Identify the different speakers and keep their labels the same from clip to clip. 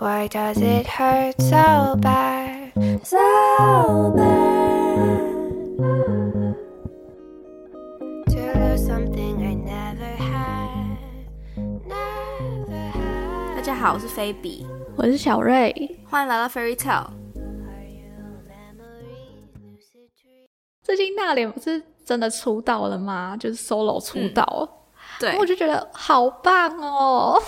Speaker 1: Why does it hurt so bad? So bad. To lose something I never had. Never had.
Speaker 2: 大家好，我是菲比，
Speaker 3: 我是小瑞。
Speaker 2: 欢迎来到 Fairy Tale。
Speaker 1: Are you memories, lucid dreams?
Speaker 3: 最近大脸不是真的出道了吗？就是 solo 出道，
Speaker 2: 对，
Speaker 3: 我就觉得好棒哦，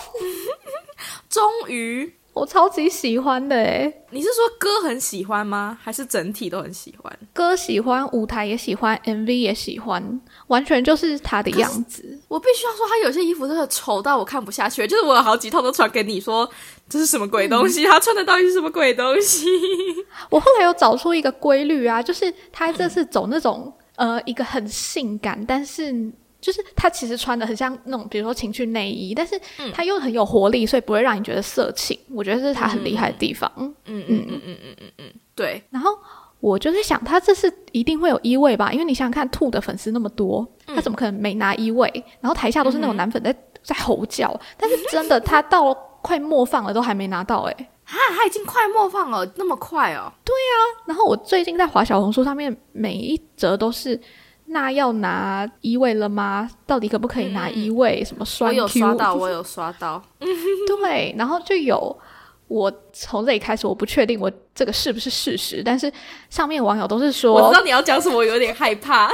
Speaker 2: 终于，
Speaker 3: 我超级喜欢的欸诶，
Speaker 2: 你是说歌很喜欢吗？还是整体都很喜欢？
Speaker 3: 歌喜欢，舞台也喜欢，MV 也喜欢，完全就是他的样子。
Speaker 2: 我必须要说，他有些衣服真的丑到我看不下去，就是我有好几套都传给你说这是什么鬼东西，他穿的到底是什么鬼东西？
Speaker 3: 我后来有找出一个规律啊，就是他这次走那种、呃一个很性感，但是。就是他其实穿的很像那种，比如说情趣内衣，但是他又很有活力，所以不会让你觉得色情。我觉得这是他很厉害的地方。
Speaker 2: 嗯嗯嗯嗯嗯嗯嗯，对，
Speaker 3: 然后我就在想，他这次一定会有一位吧？因为你想想看，兔的粉丝那么多，
Speaker 2: 嗯
Speaker 3: 他怎么可能没拿一位？然后台下都是那种男粉在、在吼 叫，但是真的他到快末放了都还没拿到哎、
Speaker 2: 哈，他已经快末放了，那么快哦。
Speaker 3: 然后我最近在滑小红书上面，每一则都是。那要拿一位了吗？到底可不可以拿一位？什么
Speaker 2: 嗯我
Speaker 3: 双 Q？
Speaker 2: 有刷到，我有刷到，
Speaker 3: 对，然后就有我从这里开始，我不确定我这个是不是事实，但是上面网友都是说，
Speaker 2: 我知道你要讲什么，我有点害怕。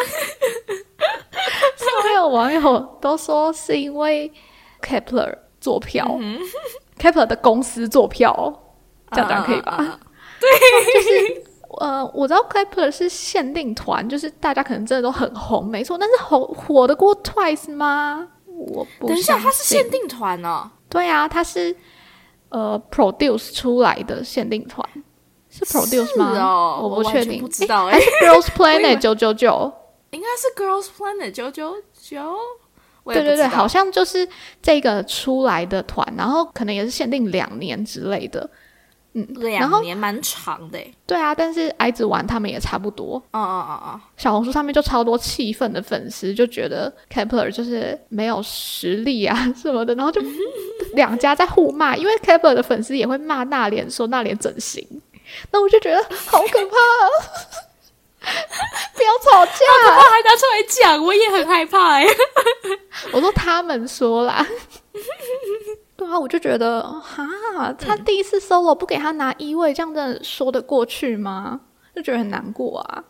Speaker 3: 还有网友都说是因为 Kepler 做 票、k e p l e r 的公司做票，这样当然可以吧？
Speaker 2: 嗯嗯嗯嗯
Speaker 3: 啊呃，我知道 Kepler 是限定团，就是大家可能真的都很红，没错，但是红火得过 Twice 吗？我不
Speaker 2: 等一下，他是
Speaker 3: 相信
Speaker 2: 限定团哦，
Speaker 3: 对啊，他是呃 Produce 出来的限定团，是 Produce 吗？
Speaker 2: 是哦
Speaker 3: 我
Speaker 2: 我
Speaker 3: 不
Speaker 2: 完
Speaker 3: 确
Speaker 2: 全
Speaker 3: 定，
Speaker 2: 不知道
Speaker 3: 诶
Speaker 2: 诶
Speaker 3: 还是 Girls
Speaker 2: 以为
Speaker 3: Planet 九九九。
Speaker 2: 应该是 Girls Planet 九九九。我也
Speaker 3: 对
Speaker 2: 不
Speaker 3: 对对，
Speaker 2: 知道
Speaker 3: 好像就是这个出来的团，然后可能也是限定两年之类的。然
Speaker 2: 两
Speaker 3: 后
Speaker 2: 年蛮长的欸。
Speaker 3: 对啊，但是爱子玩他们也差不多。
Speaker 2: 哦哦哦
Speaker 3: 小红书上面就超多气愤的粉丝，就觉得 Kepler 就是没有实力啊什么的，然后就两家在互骂，因为 Kepler 的粉丝也会骂那脸，说那脸整形。那我就觉得好可怕、啊， 不要吵
Speaker 2: 哦，
Speaker 3: 架。
Speaker 2: 还拿出来讲，我也很害怕哎。
Speaker 3: 我说他们说啦。对啊，我就觉得哈，他第一次 solo 不给他拿一位，这样真的说得过去吗？就觉得很难过啊。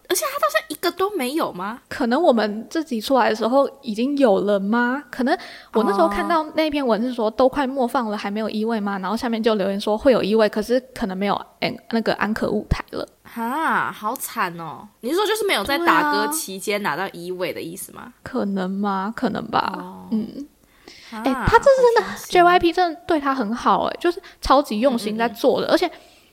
Speaker 2: 一个都没有吗？
Speaker 3: 可能我们自己出来的时候已经有了吗？可能我那时候看到那篇文是说都快末放了，还没有一位吗？然后下面就留言说会有一位，可是可能没有安那个安可舞台了。
Speaker 2: 哈，好惨哦！你是说就是没有在打
Speaker 3: 对啊
Speaker 2: 歌期间拿到一位的意思吗？
Speaker 3: 可能吗？可能吧。
Speaker 2: 哦，
Speaker 3: 嗯
Speaker 2: 哎
Speaker 3: 哎他
Speaker 2: 真的
Speaker 3: JYP 真的对他很好哎、就是超级用心在
Speaker 2: 嗯
Speaker 3: 做的，而且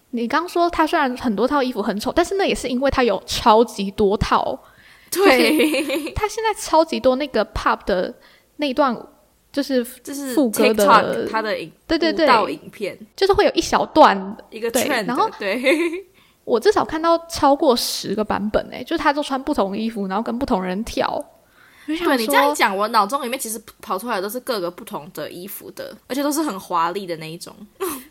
Speaker 3: 你刚说他虽然很多套衣服很丑，但是那也是因为他有超级多套，
Speaker 2: 对，
Speaker 3: 他现在超级多那个 pop 的那一段就是
Speaker 2: 这是
Speaker 3: 副歌的
Speaker 2: TikTok 他的影
Speaker 3: 对对
Speaker 2: 舞蹈
Speaker 3: 对，
Speaker 2: 影片
Speaker 3: 就是会有一小段
Speaker 2: 一个
Speaker 3: 对
Speaker 2: trend，
Speaker 3: 然后
Speaker 2: 对，
Speaker 3: 我至少看到超过十个版本哎、就是他都穿不同的衣服，然后跟不同人跳。我就想
Speaker 2: 对你这样一
Speaker 3: 说，
Speaker 2: 讲，我脑中里面其实跑出来的都是各个不同的衣服的，而且都是很华丽的那一种。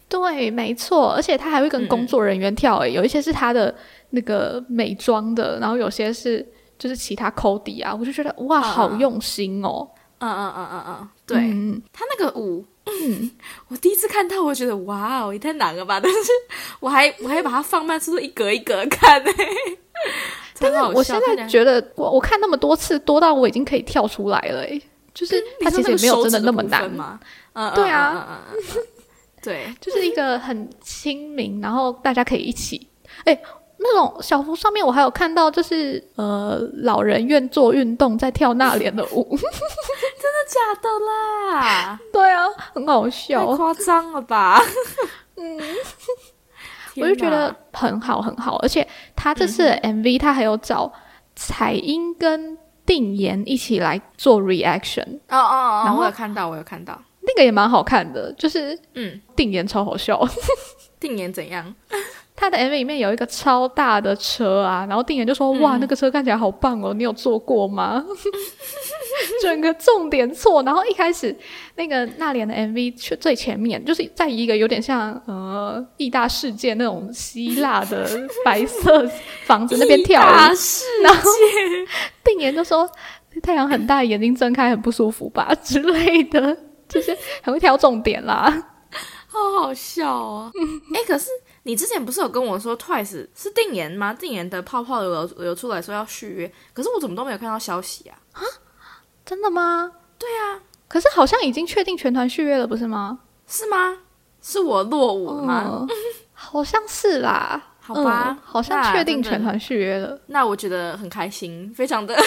Speaker 3: 对，没错，而且他还会跟
Speaker 2: 嗯
Speaker 3: 工作人员跳哎、有一些是他的那个美妆的，然后有些是就是其他 Cody 啊，我就觉得哇，
Speaker 2: 啊
Speaker 3: 好用心哦。
Speaker 2: 嗯嗯嗯嗯嗯，对、
Speaker 3: 嗯
Speaker 2: 他那个舞， 我第一次看到，我觉得哇哦，也太难了吧！但是我还我还把它放慢速度一格一格看欸呢、 但是
Speaker 3: 我现在觉得我我看那么多次，多到我已经可以跳出来了哎、就是他其实也没有真的那么难，
Speaker 2: 嘛。嗯，嗯
Speaker 3: 对啊，
Speaker 2: 嗯嗯嗯嗯嗯 对，
Speaker 3: 就是一个很亲民，然后大家可以一起，哎，那种小幅上面我还有看到，就是呃老人院做运动在跳那脸的舞，
Speaker 2: 假的啦，
Speaker 3: 对啊，很好
Speaker 2: 太
Speaker 3: 笑，
Speaker 2: 夸张了吧？嗯，
Speaker 3: 我就觉得很好很好，而且他这次的 MV 他还有找彩英跟定妍一起来做 reaction，
Speaker 2: 哦哦
Speaker 3: 然
Speaker 2: 哦，
Speaker 3: 后
Speaker 2: 我有看到，我有看到，
Speaker 3: 那个也蛮好看的，就是
Speaker 2: 嗯，
Speaker 3: 定妍超好笑。
Speaker 2: 定眼怎样？
Speaker 3: 他的 MV 里面有一个超大
Speaker 2: 嗯
Speaker 3: 的车啊，然后定妍就说：“哇，那个车看起来好棒哦，你有坐过吗？” 整个重点错。然后一开始那个那莲的 MV 去最前面，就是在一个有点像呃意大世界那种希腊的白色房子那边跳 舞，
Speaker 2: 大世
Speaker 3: 然后
Speaker 2: 界，
Speaker 3: 定言就说太阳很大，眼睛睁开很不舒服吧之类的，就是很会挑重点啦。
Speaker 2: 好好笑 哦。哎、可是你之前不是有跟我说 Twice 是定言吗？定言的泡泡有有出来说要续约，可是我怎么都没有看到消息啊？
Speaker 3: 真的吗？
Speaker 2: 对啊，
Speaker 3: 可是好像已经确定全团续约了，不是吗？
Speaker 2: 是吗？是我落伍了吗？
Speaker 3: 嗯，好像是啦。
Speaker 2: 好吧
Speaker 3: 嗯好像
Speaker 2: 那
Speaker 3: 确定
Speaker 2: 真的
Speaker 3: 全团续约了。
Speaker 2: 那我觉得很开心，非常的。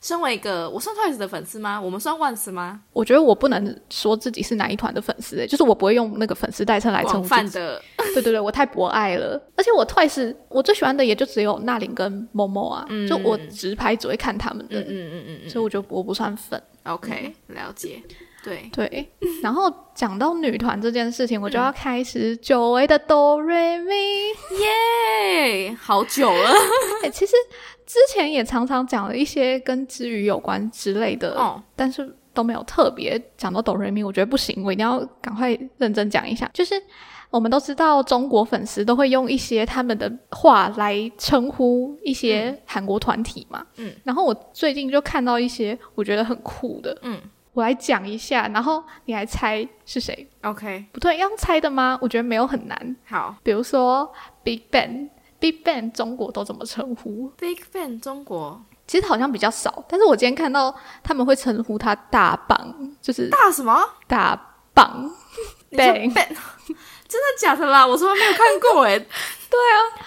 Speaker 2: 身为一个我算 Twice 的粉丝吗？我们算 Once 吗？
Speaker 3: 我觉得我不能说自己是哪一团的粉丝、欸，就是我不会用那个粉丝代称来称
Speaker 2: 广
Speaker 3: 呼
Speaker 2: 泛
Speaker 3: 自己。
Speaker 2: 的
Speaker 3: 对对对，我太博爱了。而且我 Twice 我最喜欢的也就只有那琳跟某某啊，
Speaker 2: 嗯
Speaker 3: 就我直拍只会看他们的，
Speaker 2: 嗯嗯嗯
Speaker 3: 所以我觉得我不算粉。
Speaker 2: 嗯，OK，了解。对，
Speaker 3: 对， 然后讲到女团这件事情，我
Speaker 2: 嗯
Speaker 3: 就要开始久违的哆 瑞咪。
Speaker 2: 耶，好久 了
Speaker 3: 哎、其实之前也常常讲了一些跟之语有关之类的，
Speaker 2: 哦，
Speaker 3: 但是都没有特别讲到哆瑞咪，我觉得不行，我一定要赶快认真讲一下。就是我们都知道，中国粉丝都会用一些他们的话来称呼一些韩国团体嘛，
Speaker 2: 嗯，
Speaker 3: 然后我最近就看到一些我觉得很酷的，
Speaker 2: 嗯，
Speaker 3: 我来讲一下，然后你来猜是谁？
Speaker 2: ，OK，
Speaker 3: 不对，要用猜的吗？我觉得没有很难，
Speaker 2: 好。
Speaker 3: 比如说 Big Bang。Big Bang 中国都怎么称呼？
Speaker 2: Big Bang 中国
Speaker 3: 其实好像比较少，但是我今天看到他们会称呼他大棒，就是
Speaker 2: 大什么
Speaker 3: 大棒。
Speaker 2: 你说
Speaker 3: Bang
Speaker 2: Bang，真的假的啦？我从来没有看过哎。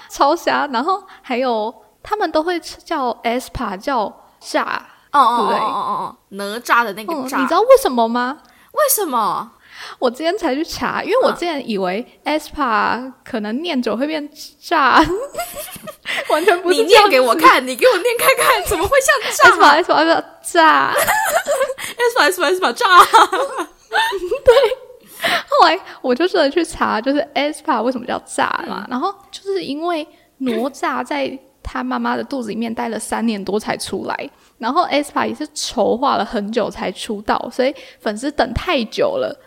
Speaker 3: 超瞎。然后还有他们都会叫 SPA 叫炸，
Speaker 2: 哦哦哦
Speaker 3: 对
Speaker 2: 哦哦哦，哪吒的那
Speaker 3: 嗯，
Speaker 2: 个
Speaker 3: 你
Speaker 2: 吒，
Speaker 3: 知道为什么吗？
Speaker 2: 为什么？
Speaker 3: 我今天才去查，因为
Speaker 2: 嗯
Speaker 3: 我之前以为 SPA 可能念久会变炸， 完全不是
Speaker 2: 你
Speaker 3: 这样
Speaker 2: 念给我看，你给我念看看，怎么会 像
Speaker 3: ，SPA
Speaker 2: 炸
Speaker 3: SPA SPA 炸。
Speaker 2: ？S 吧 S 吧 S 吧炸，
Speaker 3: 后来我就真的去查，就是 aespa 为什么叫炸嘛，
Speaker 2: 嗯
Speaker 3: 然后就是因为哪吒在他妈妈的肚子里面待了三年多才出来，然后 aespa 也是筹划了很久才出道，所以粉丝等太久了。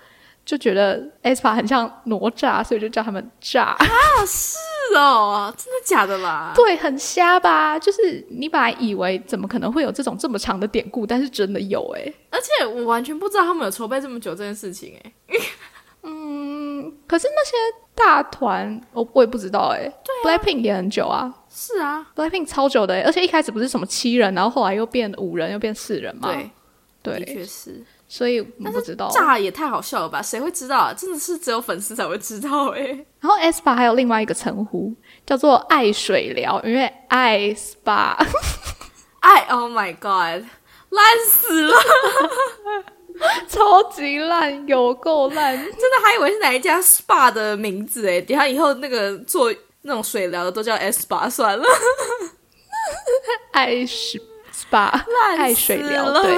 Speaker 3: 就觉得 aespa 很像哪吒，所以就叫他们炸。
Speaker 2: 是哦，真的假的啦？
Speaker 3: 对，很瞎吧？就是你本来以为怎么可能会有这种这么长的典故，但是真的有哎、
Speaker 2: 而且我完全不知道他们有筹备这么久这件事情哎。
Speaker 3: 可是那些大团，我我也不知道哎、Blackpink 也很久啊，
Speaker 2: 是啊，
Speaker 3: Blackpink 超久的欸，而且一开始不是什么七人，然后后来又变五人，又变四人嘛。
Speaker 2: 对，啊的
Speaker 3: 对，
Speaker 2: 确是。哦
Speaker 3: 所以我们不知道。
Speaker 2: 炸也太好笑了吧？谁会知道啊？真的是只有粉丝才会知道哎、
Speaker 3: 然后 S p a 还有另外一个称呼叫做“爱水疗”，因为爱 SPA，
Speaker 2: 哎，Oh my God，烂死了！
Speaker 3: 超级烂，有够烂。
Speaker 2: 真的还以为是哪一家 SPA 的名字哎，等一下以后那个做那种水疗的都叫 SPA 算了。
Speaker 3: 爱水 SPA，
Speaker 2: 死
Speaker 3: 爱水疗
Speaker 2: 了
Speaker 3: 对。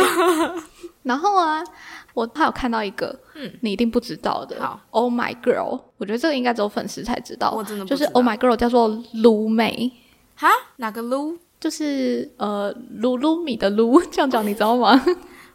Speaker 3: 然后啊，我还有看到一个，嗯，你一定不知道的。
Speaker 2: 好
Speaker 3: ，Oh My Girl，我觉得这个应该只有粉丝才知道。
Speaker 2: 我真的不
Speaker 3: 就是
Speaker 2: 知道
Speaker 3: Oh My Girl 叫做撸妹，
Speaker 2: 哈，哪个撸？
Speaker 3: 就是呃，噜噜米的噜， 这样讲你知道吗？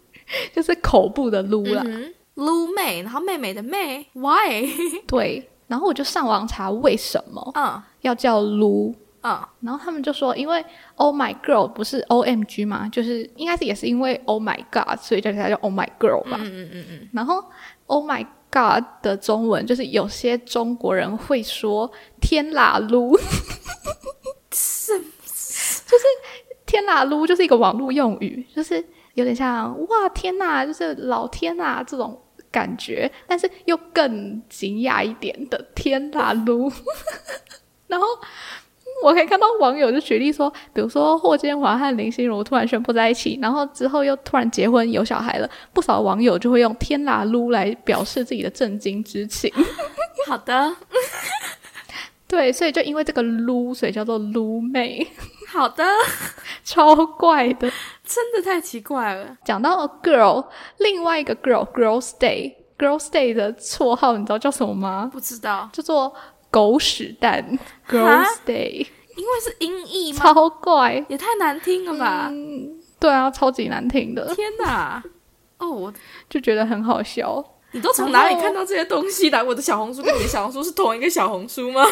Speaker 3: 就是口部的噜啦，
Speaker 2: 嗯，撸妹，然后妹妹的妹，Why？
Speaker 3: 对。然后我就上网查为什么
Speaker 2: 嗯
Speaker 3: 要叫噜，
Speaker 2: 嗯
Speaker 3: 然后他们就说，因为 Oh my girl 不是 O M G 嘛，就是应该是也是因为 Oh my God，所以就它叫 Oh my girl 吧。
Speaker 2: 嗯嗯嗯，
Speaker 3: 然后 Oh my God 的中文就是有些中国人会说天啦噜， 就是天啦噜就是一个网络用语，就是有点像哇天呐，就是老天呐这种感觉，但是又更惊讶一点的天啦噜。 然后我可以看到网友就举例说，比如说霍建华和林心如突然宣布在一起，然后之后又突然结婚有小孩了，不少网友就会用“天啦噜”来表示自己的震惊之情。
Speaker 2: 好的
Speaker 3: 对，所以就因为这个“噜”，所以叫做“噜妹
Speaker 2: 好的，”，
Speaker 3: 超怪的。
Speaker 2: 真的太奇怪了。
Speaker 3: 讲到 girl，另外一个 girl，Girls Day，Girls Day 的绰号你知道叫什么吗？
Speaker 2: 不知道，
Speaker 3: 叫做“狗屎蛋 ”Girls Day，
Speaker 2: 因为是音译吗？
Speaker 3: 超怪。
Speaker 2: 也太难听了吧！
Speaker 3: 嗯，对啊，超级难听的，
Speaker 2: 天哪！哦，我
Speaker 3: 就觉得很好笑。
Speaker 2: 你都从哪里
Speaker 3: 然后
Speaker 2: 看到这些东西的？我的小红书跟你的小红书是同一个小红书吗？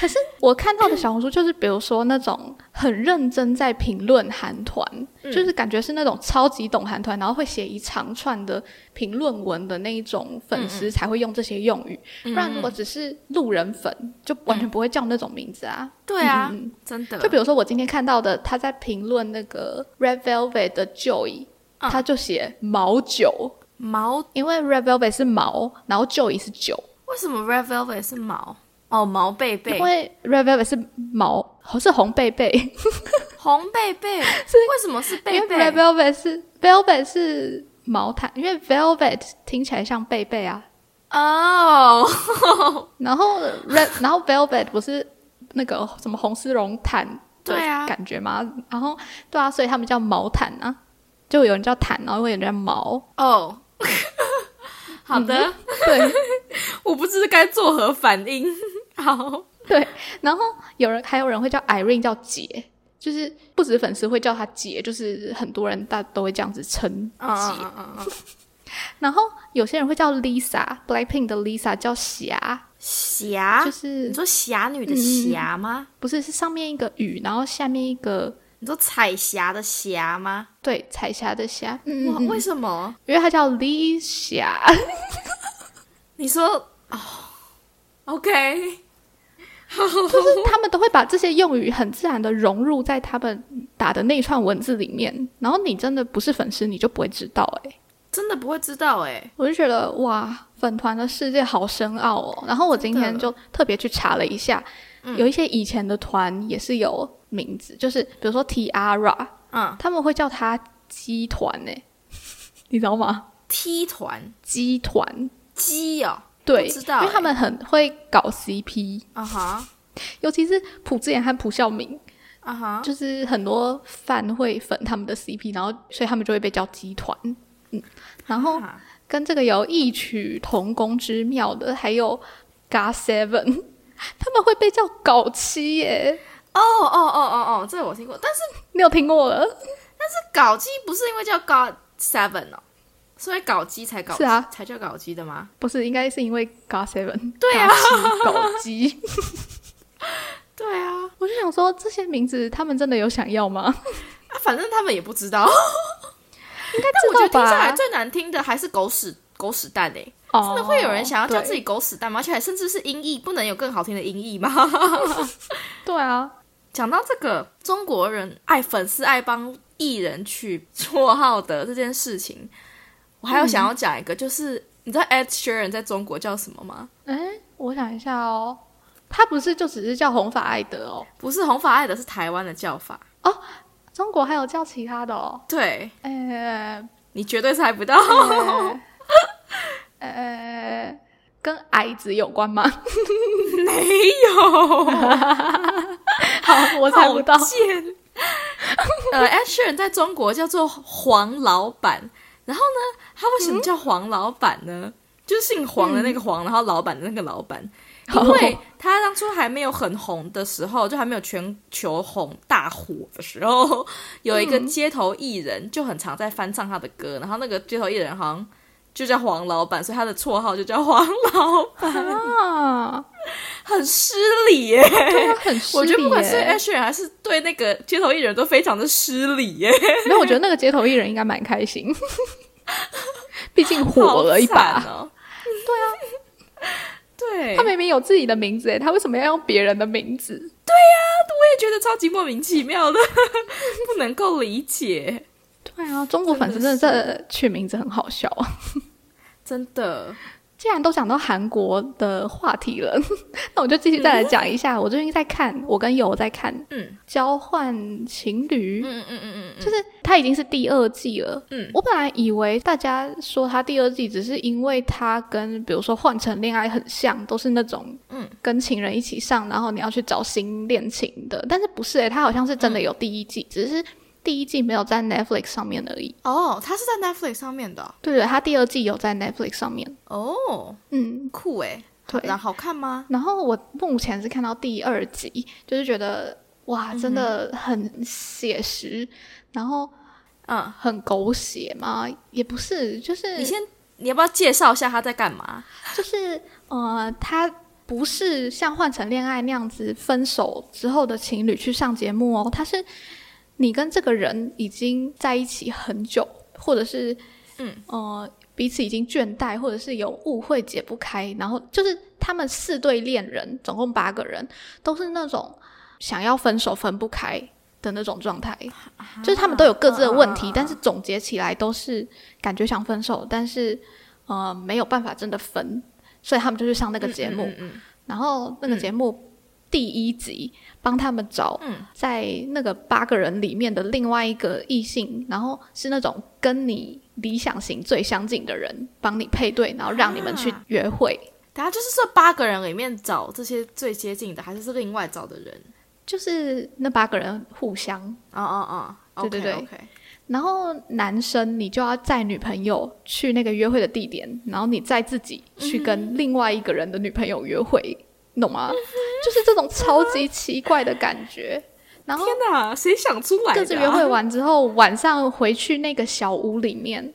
Speaker 3: 可是我看到的小红书就是，比如说那种很认真在评论韩团，
Speaker 2: 嗯
Speaker 3: 就是感觉是那种超级懂韩团，然后会写一长串的评论文的那一种粉
Speaker 2: 嗯
Speaker 3: 丝才会用这些用语，不然如果只是路人粉，就完全不会叫那种名字啊。
Speaker 2: 对啊，
Speaker 3: 嗯
Speaker 2: 真的。
Speaker 3: 就比如说我今天看到的，他在评论那个 Red Velvet 的 Joy，、
Speaker 2: 嗯
Speaker 3: 他就写毛九，
Speaker 2: 毛，
Speaker 3: 因为 Red Velvet 是毛，然后 Joy 是九，
Speaker 2: 为什么 Red Velvet 是毛？哦，毛贝贝
Speaker 3: 因，为 Red Velvet 是毛，是红贝贝。
Speaker 2: 红贝 贝，为什么是贝
Speaker 3: 因为
Speaker 2: 贝？
Speaker 3: Red Velvet 是 Velvet 是毛毯，因为 Velvet 听起来像贝贝啊。
Speaker 2: 哦，
Speaker 3: 然后 Red，然后 Velvet 不是那个什么红丝绒毯的
Speaker 2: 对啊
Speaker 3: 感觉吗？然后对啊，所以他们叫毛毯啊，就有人叫毯，然后有人叫毛。嗯
Speaker 2: 哦，嗯好的，
Speaker 3: 对
Speaker 2: 我不知该作何反应。 好，
Speaker 3: 对，然后有人还有人会叫 Irene 叫姐。就是不止粉丝会叫她姐，就是很多人大都会这样子称姐。
Speaker 2: 嗯嗯嗯嗯，
Speaker 3: 然后有些人会叫 Lisa，Blackpink 的 Lisa 叫霞，
Speaker 2: 侠
Speaker 3: 就，
Speaker 2: 你
Speaker 3: 是
Speaker 2: 说侠女的侠吗？
Speaker 3: 不是，是上面一个雨，然后下面一个
Speaker 2: 你说彩霞的霞吗？
Speaker 3: 对彩霞的霞，嗯，
Speaker 2: 哇，
Speaker 3: 嗯
Speaker 2: 为什么？
Speaker 3: 因为它叫 Li 霞，
Speaker 2: 你说哦，OK，
Speaker 3: 就是他们都会把这些用语很自然的融入在他们打的那一串文字里面，然后你真的不是粉丝，你就不会知道哎、
Speaker 2: 真的不会知道哎、
Speaker 3: 我就觉得哇，粉团的世界好深奥哦。然后我今天就特别去查了一下，有一些以前的团也是有名字，就是比如说 Tiara，
Speaker 2: 嗯，
Speaker 3: 他们会叫它鸡团哎、 你知道吗？
Speaker 2: 踢团
Speaker 3: 鸡团。
Speaker 2: 鸡哦，
Speaker 3: 对，
Speaker 2: 不知道
Speaker 3: 因
Speaker 2: 欸
Speaker 3: 为他们很会搞 CP，
Speaker 2: 啊哈
Speaker 3: 尤其是朴智妍和朴孝敏，
Speaker 2: 啊哈，
Speaker 3: 就是很多饭会粉他们的 CP，然后所以他们就会被叫鸡团。嗯，然后
Speaker 2: 啊
Speaker 3: 跟这个有异曲同工之妙的，还有 GA Seven，他 们会被叫搞七耶，
Speaker 2: 哦哦哦哦哦，这我听过，但是
Speaker 3: 你有听过了？
Speaker 2: 搞基不是因为叫 God Seven 哦，是因为搞基才搞
Speaker 3: 是啊
Speaker 2: 才叫搞基的吗？
Speaker 3: 不是，应该是因为 GA Seven，
Speaker 2: 对啊，
Speaker 3: 搞基。
Speaker 2: 对啊，
Speaker 3: 我就想说，这些名字他们真的有想要吗？
Speaker 2: 啊反正他们也不知道。
Speaker 3: 但
Speaker 2: 我觉得听下来最难听的还是狗屎狗屎蛋哎、
Speaker 3: 真
Speaker 2: 真的会有人想要叫自己
Speaker 3: 己
Speaker 2: 狗屎蛋吗？而且还甚至是音译，不能有更好听的音译吗？
Speaker 3: 对啊，
Speaker 2: 讲到这个中国人爱粉丝爱帮艺人取绰号的这件事情，我还有想要讲一个，就是你知道 Ed Sheeran 在中国叫什么吗？
Speaker 3: 哎，我想一下哦，他不是就只是叫红发艾德哦，
Speaker 2: 不是红发爱的，是台湾的叫法。
Speaker 3: 中国还有叫其他的哦，
Speaker 2: 对
Speaker 3: 呃，
Speaker 2: 你绝对猜不到，
Speaker 3: 呃呃，跟矮子有关吗？
Speaker 2: 没有，
Speaker 3: 好，我猜不到
Speaker 2: 好， 贱。呃，Ed Sheeran 在中国叫做黄老板，然后呢，他为
Speaker 3: 嗯
Speaker 2: 什么叫黄老板呢？就是姓黄的那个黄，然后老板的那个老 板，因为他当初还没有很红的时候，就还没有全球红大火的时候， 有一
Speaker 3: 嗯
Speaker 2: 个街头艺人就很常在翻唱他的歌，然后那个街头艺人好像就叫黄老板，所以他的绰号就叫黄老板，
Speaker 3: 啊，
Speaker 2: 很失礼耶。
Speaker 3: 对啊，很失礼
Speaker 2: 我觉
Speaker 3: 耶。
Speaker 2: 得不管是 a s h e r 还是对那个街头艺人都非常的失礼耶，
Speaker 3: 没有，我觉得那个街头艺人应该蛮开心，毕竟火了一
Speaker 2: 好
Speaker 3: 把。
Speaker 2: 惨 哦。 对啊，对，
Speaker 3: 他明明有自己的名字哎，他为什么要用别人的名字？
Speaker 2: 我也觉得超级莫名其妙的， 不能够理解，
Speaker 3: 对啊，中国粉丝真的是取名字很好笑啊。
Speaker 2: 真的。
Speaker 3: 既然都讲到韩国的话题了， 那我就继续再来讲一下。我最近在看，我跟友在看《
Speaker 2: 嗯
Speaker 3: 交换情侣》
Speaker 2: 嗯嗯嗯嗯
Speaker 3: 就是它已经是第二季了。
Speaker 2: 嗯
Speaker 3: 我本来以为大家说它第二季只是因为它跟比如说《换成恋爱》很像，都是那种
Speaker 2: 嗯
Speaker 3: 跟情人一起上，然后你要去找新恋情的。但是不是诶、它好像是真的有第一季，
Speaker 2: 嗯
Speaker 3: 只是第一季没有在 Netflix 上面而已。
Speaker 2: 哦，它是在 Netflix 上面的
Speaker 3: 对对，它第二季有在 Netflix 上面。
Speaker 2: 哦，
Speaker 3: 嗯，
Speaker 2: 酷哎，
Speaker 3: 对。
Speaker 2: 然后好看吗？
Speaker 3: 然后我目前是看到第二集，就是觉得哇，真的很写实，然后
Speaker 2: 嗯，
Speaker 3: 很狗血嘛，也不是，就是
Speaker 2: 你先，你要不要介绍一下他在干嘛？
Speaker 3: 就是呃，他不是像《换成恋爱》那样子分手之后的情侣去上节目哦，他是你跟这个人已经在一起很久，或者是
Speaker 2: 嗯
Speaker 3: 呃彼此已经倦怠，或者是有误会解不开，然后就是他们四对恋人，总共八个人，都是那种想要分手分不开的那种状态。就是他们都有各自的问题，
Speaker 2: 啊
Speaker 3: 但是总结起来都是感觉想分手，但是呃没有办法真的分，所以他们就去上那个节目。
Speaker 2: 嗯嗯
Speaker 3: 然后那个节目第一集帮他们找
Speaker 2: 嗯
Speaker 3: 在那个八个人里面的另外一个异性，然后是那种跟你理想型最相近的人帮你配对，然后让你们去
Speaker 2: 啊
Speaker 3: 约会。
Speaker 2: 等下就是这八个人里面找这些最接近的，还是是另外找的人？
Speaker 3: 就是那八个人互相
Speaker 2: 哦哦哦，
Speaker 3: 对对对
Speaker 2: o k
Speaker 3: 然后男生你就要载女朋友去那个约会的地点，然后你再自己去跟另外一个人的女朋友约会，你懂
Speaker 2: 嗯
Speaker 3: 吗？就是这种超级奇怪的感觉。然后
Speaker 2: 天哪，谁想出来的、啊？
Speaker 3: 各自约会完之后，晚上回去那个小屋里面，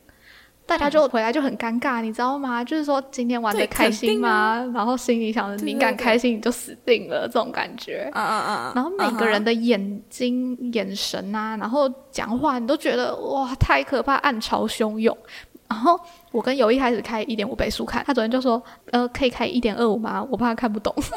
Speaker 3: 大家就回来就很尴尬，你知道吗？就是说今天玩的
Speaker 2: 对
Speaker 3: 开心吗？
Speaker 2: 肯啊
Speaker 3: 然后心里想着
Speaker 2: 对
Speaker 3: 你敢
Speaker 2: 对对
Speaker 3: 开心你就死定了这种感觉。
Speaker 2: 嗯，嗯嗯嗯，
Speaker 3: 然后每个人的眼睛、眼神啊，然后讲话，你都觉得哇，太可怕，暗潮汹涌。然后我跟友一开始开一点五倍速看，他昨天就说，呃，可以开一点二五吗？我怕看不懂， 就是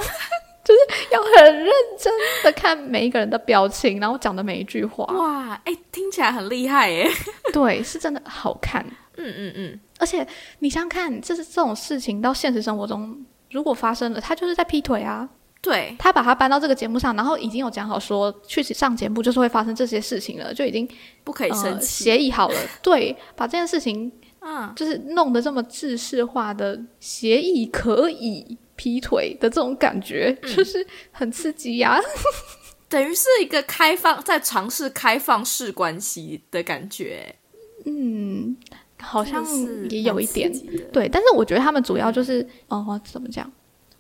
Speaker 3: 要很认真的看每一个人的表情，然后讲的每一句话
Speaker 2: 嗯。嗯哇，哎、听起来很厉害耶。
Speaker 3: 对，是真的好看。
Speaker 2: 嗯嗯嗯，
Speaker 3: 而且你想想看，这是这种事情到现实生活中如果发生了，他就是在劈腿啊。
Speaker 2: 对，
Speaker 3: 他把他搬到这个节目上，然后已经有讲好说去上节目就是会发生这些事情了，就已经
Speaker 2: 不可以生
Speaker 3: 呃
Speaker 2: 气。
Speaker 3: 协议好了。 对，把这件事情
Speaker 2: 嗯，
Speaker 3: 就是弄得这么制式化的协议可以劈腿的这种感觉，就是很刺激啊呀、
Speaker 2: 等于是一个开放，在尝试开放式关系的感觉，
Speaker 3: 嗯，好像
Speaker 2: 真的是
Speaker 3: 也有一点
Speaker 2: 蛮刺激的。
Speaker 3: 对，但是我觉得他们主要就是，哦、怎么讲？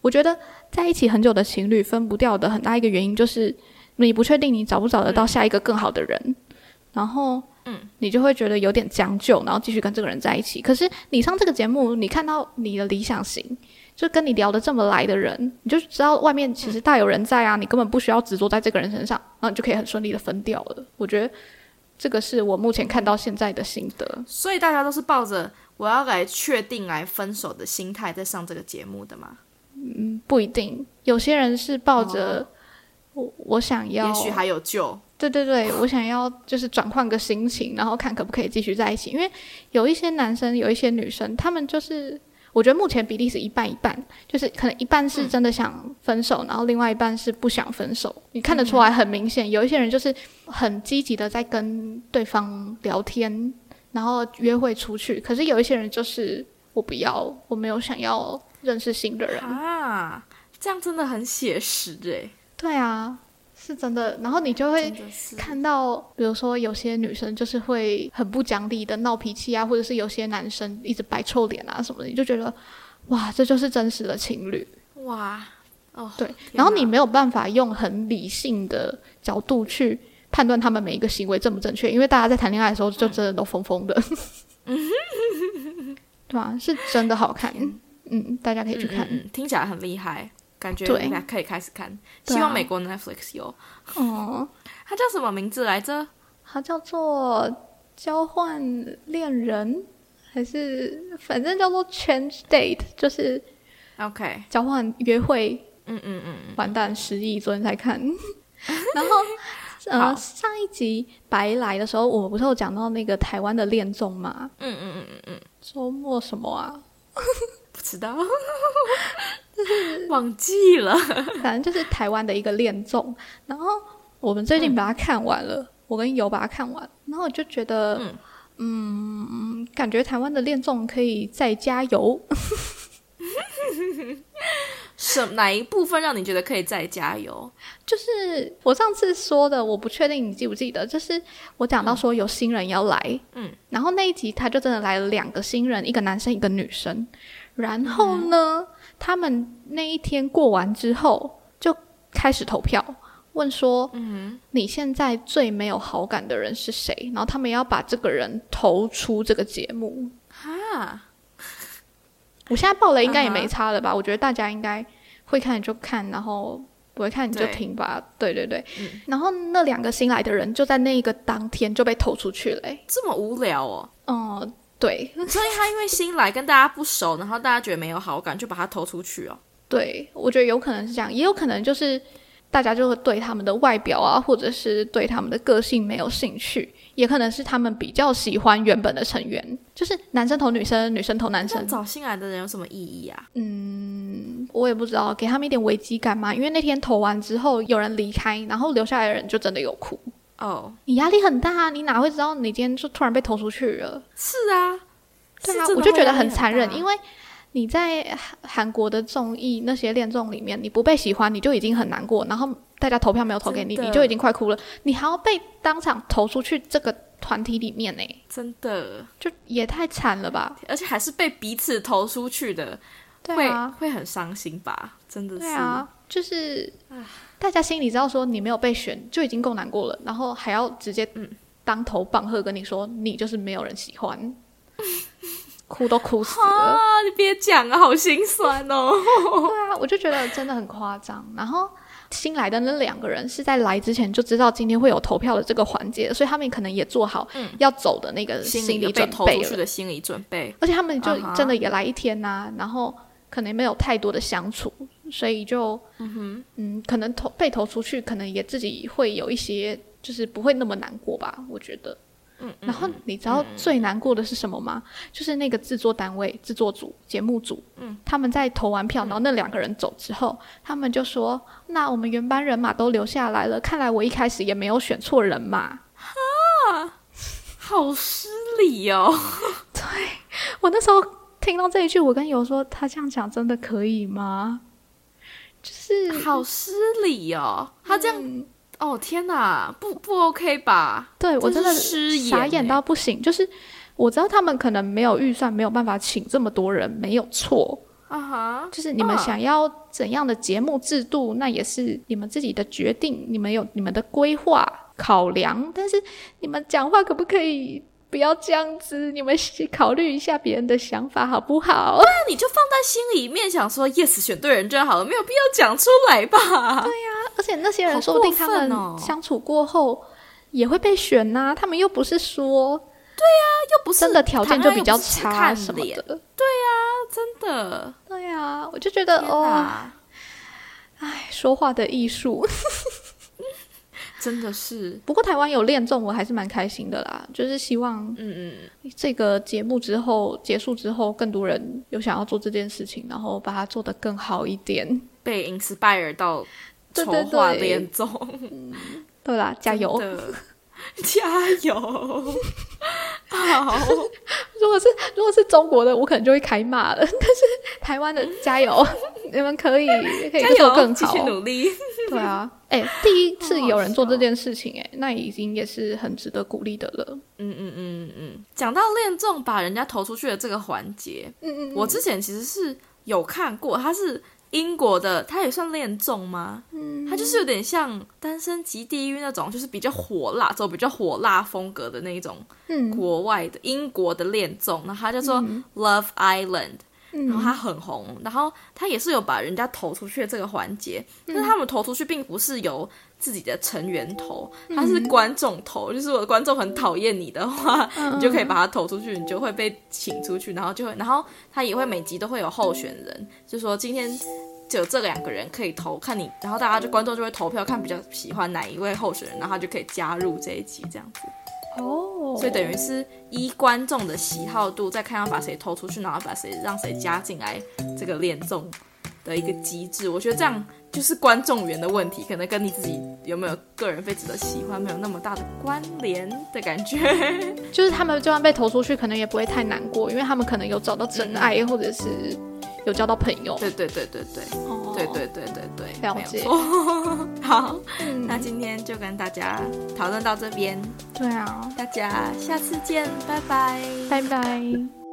Speaker 3: 我觉得在一起很久的情侣分不掉的很大一个原因就是，你不确定你找不找得到下一个更好的人，然后，
Speaker 2: 嗯，
Speaker 3: 你就会觉得有点将就，然后继续跟这个人在一起。可是你上这个节目，你看到你的理想型，就跟你聊得这么来的人，你就知道外面其实大有人在啊，你根本不需要执着在这个人身上，然后你就可以很顺利的分掉了。我觉得这个是我目前看到现在的心得。
Speaker 2: 所以大家都是抱着我要来确定来分手的心态在上这个节目的嘛？
Speaker 3: 嗯，不一定，有些人是抱着、
Speaker 2: 哦
Speaker 3: 我我想要，
Speaker 2: 也许还有救。
Speaker 3: 对对对，我想要就是转换个心情，然后看可不可以继续在一起。因为有一些男生，有一些女生，他们就是我觉得目前比例是一半一半，就是可能一半
Speaker 2: 嗯
Speaker 3: 是真的想分手，然后另外一半是不想分手。你看得出来，很明显，有一些人就是很积极的在跟对方聊天，然后约会出去，可是有一些人就是我不要，我没有想要认识新的人。
Speaker 2: 啊，这样真的很写实哎，
Speaker 3: 对啊，是真的。然后你就会
Speaker 2: 真的是。
Speaker 3: 看到，比如说有些女生就是会很不讲理的闹脾气啊，或者是有些男生一直摆臭脸啊什么的，你就觉得哇，这就是真实的情侣。
Speaker 2: 哇，哦，
Speaker 3: 对
Speaker 2: 天，
Speaker 3: 然后你
Speaker 2: 哪
Speaker 3: 没有办法用很理性的角度去。判断他们每一个行为正不正确，因为大家在谈恋爱的时候就真的都疯疯的，
Speaker 2: 嗯
Speaker 3: 对吧、是真的 好看，嗯，大家可以去
Speaker 2: 嗯嗯
Speaker 3: 看。
Speaker 2: 嗯听起来很厉害，感觉
Speaker 3: 对
Speaker 2: 应该可以开始看。
Speaker 3: 对啊
Speaker 2: 希望美国 Netflix 有，
Speaker 3: 哦，
Speaker 2: 它叫什么名字来着？
Speaker 3: 它叫做交换恋人，还是反正叫做 change date，就是
Speaker 2: OK，
Speaker 3: 交换约会。
Speaker 2: 嗯嗯嗯嗯，
Speaker 3: 完蛋，失忆，昨天才看。然后，
Speaker 2: 好
Speaker 3: 呃，上一集白来的时候，我们不是有讲到那个台湾的恋综嘛？嗯嗯嗯嗯嗯，周末什么啊？
Speaker 2: 不知 道，忘记了。
Speaker 3: 反正就是台湾的一个恋综。然后我们最近把它看完了，我跟尤把它看完，然后我就觉得，嗯
Speaker 2: 嗯
Speaker 3: 感觉台湾的恋综可以再加油。
Speaker 2: 什哪一部分让你觉得可以再加油？
Speaker 3: 就是我上次说的，我不确定你记不记得，就是我讲到说有新人要来，
Speaker 2: 嗯，
Speaker 3: 然后那一集他就真的来了两个新人，一个男生一个女生，然后
Speaker 2: 嗯
Speaker 3: 呢，他们那一天过完之后就开始投票，问说
Speaker 2: 嗯
Speaker 3: 你现在最没有好感的人是谁，然后他们要把这个人投出这个节目。
Speaker 2: 哈，
Speaker 3: 我现在报了应该也
Speaker 2: 啊哈
Speaker 3: 没差了吧我觉得大家应该会看就看，然后不会看你就
Speaker 2: 对
Speaker 3: 听吧。对对对，
Speaker 2: 嗯
Speaker 3: 然后那两个新来的人就在那个当天就被投出去了、欸。
Speaker 2: 这么无聊 哦。
Speaker 3: 嗯，对
Speaker 2: 所以他因为新来跟大家不熟，然后大家觉得没有好感，就把他投出去哦。
Speaker 3: 对，我觉得有可能是这样，也有可能就是大家就会对他们的外表啊，或者是对他们的个性没有兴趣，也可能是他们比较喜欢原本的成员，就是男生投女生，女生投男
Speaker 2: 这
Speaker 3: 生
Speaker 2: 样。找新来的人有什么意义啊？
Speaker 3: 我也不知道，给他们一点危机感嘛。因为那天投完之后，有人离开，然后留下来的人就真的有哭。
Speaker 2: 哦，
Speaker 3: 你压力很大啊，你哪会知道你今天就突然被投出去了？
Speaker 2: 是啊，
Speaker 3: 对啊
Speaker 2: 是真，的
Speaker 3: 我就觉得
Speaker 2: 会压力很
Speaker 3: 残忍，因
Speaker 2: 为
Speaker 3: 为你在韩韩国的综艺那些恋综里面，你不被喜欢，你就已经很难过，然后大家投票没有投给你，
Speaker 2: 真的
Speaker 3: 你就已经快哭了，你还要被当场投出去这个团体里面呢、欸
Speaker 2: 真的，
Speaker 3: 就也太惨了吧？
Speaker 2: 而且还是被彼此投出去的，
Speaker 3: 对啊，
Speaker 2: 会会很伤心吧？真的是，
Speaker 3: 对啊，就是大家心里知道说你没有被选就已经够难过了，然后还要直接
Speaker 2: 嗯
Speaker 3: 当头棒喝跟你说你就是没有人喜欢， 哭都哭死了。
Speaker 2: 啊，你别讲啊，好心酸哦。
Speaker 3: 对啊，我就觉得真的很夸张。然后新来的那两个人是在来之前就知道今天会有投票的这个环节，所以他们可能也做好要走的那个
Speaker 2: 里
Speaker 3: 心
Speaker 2: 有嗯
Speaker 3: 理
Speaker 2: 被
Speaker 3: 准
Speaker 2: 投
Speaker 3: 备
Speaker 2: 出
Speaker 3: 了
Speaker 2: 去。的心理准备，
Speaker 3: 而且他们就
Speaker 2: 啊哈
Speaker 3: 真的也来一天呐、然后可能没有太多的相处，所以就嗯可能投被投出去，可能也自己会有一些，就是不会那么难过吧，我觉得。嗯，然后你知道最难过的是什么吗？就是那个制作单位、制作组、节目组，嗯，他们在投完票，然后那两个人走之后，他们就说：“那我们原班人马都留下来了，看来我一开始也没有选错人嘛。”
Speaker 2: 好失礼哦。
Speaker 3: 我那时候听到这一句，我跟友说，他这样讲真的可以吗？就是
Speaker 2: 好失礼哦，他这样，哦天哪，不不 OK 吧？
Speaker 3: 对我
Speaker 2: 真
Speaker 3: 真
Speaker 2: 是
Speaker 3: 的
Speaker 2: 失言
Speaker 3: 傻
Speaker 2: 欸
Speaker 3: 眼到不行。就是我知道他们可能没有预算，没有办法请这么多人，没有错。
Speaker 2: 啊哈，
Speaker 3: 就是你们
Speaker 2: 嗯
Speaker 3: 想要怎样的节目制度，那也是你们自己的决定，你们有你们的规划考量。但是你们讲话可不可以不要这样子？你们考虑一下别人的想法好不好？
Speaker 2: 那你就放在心里面，想说 yes 选对人就好了，没有必要讲出来吧？对，
Speaker 3: 而且那些人
Speaker 2: 好
Speaker 3: 说不定他
Speaker 2: 过分
Speaker 3: 们
Speaker 2: 哦
Speaker 3: 相处过后也会被选呐、他们又不是说
Speaker 2: 又不是
Speaker 3: 真的条件就比较
Speaker 2: 谈
Speaker 3: 差
Speaker 2: 爱又不是只
Speaker 3: 什
Speaker 2: 看
Speaker 3: 么
Speaker 2: 脸
Speaker 3: 的。
Speaker 2: 真的，
Speaker 3: 对啊，我就觉得
Speaker 2: 天
Speaker 3: 哦，
Speaker 2: 哪，
Speaker 3: 哎，说话的艺术。
Speaker 2: 真的是，
Speaker 3: 不过台湾有恋综，我还是蛮开心的啦。就是希望
Speaker 2: 嗯嗯，
Speaker 3: 这个节目之后结束之后，更多人有想要做这件事情，然后把它做得更好一点。
Speaker 2: 被 inspire 到
Speaker 3: 对
Speaker 2: 筹
Speaker 3: 对
Speaker 2: 划
Speaker 3: 对
Speaker 2: 联综，
Speaker 3: 对啦，加油！
Speaker 2: 真的，加油！ 好，
Speaker 3: 如果是如果是中国的，我可能就会开骂了。但是台湾的，加油！ 你们可以，可以
Speaker 2: 嗯加
Speaker 3: 做得
Speaker 2: 油，
Speaker 3: 更
Speaker 2: 继
Speaker 3: 好
Speaker 2: 续。努力。
Speaker 3: 对啊，哎、第一次
Speaker 2: 好好
Speaker 3: 有人做
Speaker 2: 笑
Speaker 3: 这件事情、哎，那已经也是很值得鼓励的了。
Speaker 2: 嗯嗯嗯嗯，讲到恋综把人家投出去的这个环节，
Speaker 3: 嗯嗯，
Speaker 2: 我之前其实是有看过，它是英国的，它也算恋综吗？嗯，它就是有点像《单身即地狱》那种，就是比较火辣，走比较火辣风格的那一种
Speaker 3: 嗯
Speaker 2: 国外的英国的恋综，然后它叫做《Love Island》。然后
Speaker 3: 嗯
Speaker 2: 它很红，然后它也是有把人家投出去的这个环节，
Speaker 3: 嗯
Speaker 2: 但是他们投出去并不是由自己的成员投，他是观众投，就是我的观众很讨厌你的话，
Speaker 3: 嗯
Speaker 2: 你就可以把它投出去，你就会被请出去，然后就会，然后他也会每集都会有候选人，就说今天。只有这两个人可以投，看你，然后大家就观众就会投票，看比较喜欢哪一位候选人，然后他就可以加入这一集这样子。
Speaker 3: 哦，
Speaker 2: 所以等于是依观众的喜好度，再看要把谁投出去，然后把谁让谁加进来这个恋综的一个机制。我觉得这样就是观众缘的问题，可能跟你自己有没有个人被值得喜欢没有那么大的关联的感觉。
Speaker 3: 就是他们就算被投出去，可能也不会太难过，因为他们可能有找到真爱，或者是有交到朋友。
Speaker 2: 对对对对对
Speaker 3: 哦
Speaker 2: 对对对对对，
Speaker 3: 了
Speaker 2: 没有
Speaker 3: 解
Speaker 2: 错。好，
Speaker 3: 嗯
Speaker 2: 那今天就跟大家讨论到这边，
Speaker 3: 对啊，
Speaker 2: 大家下次见，拜拜。
Speaker 3: 拜拜。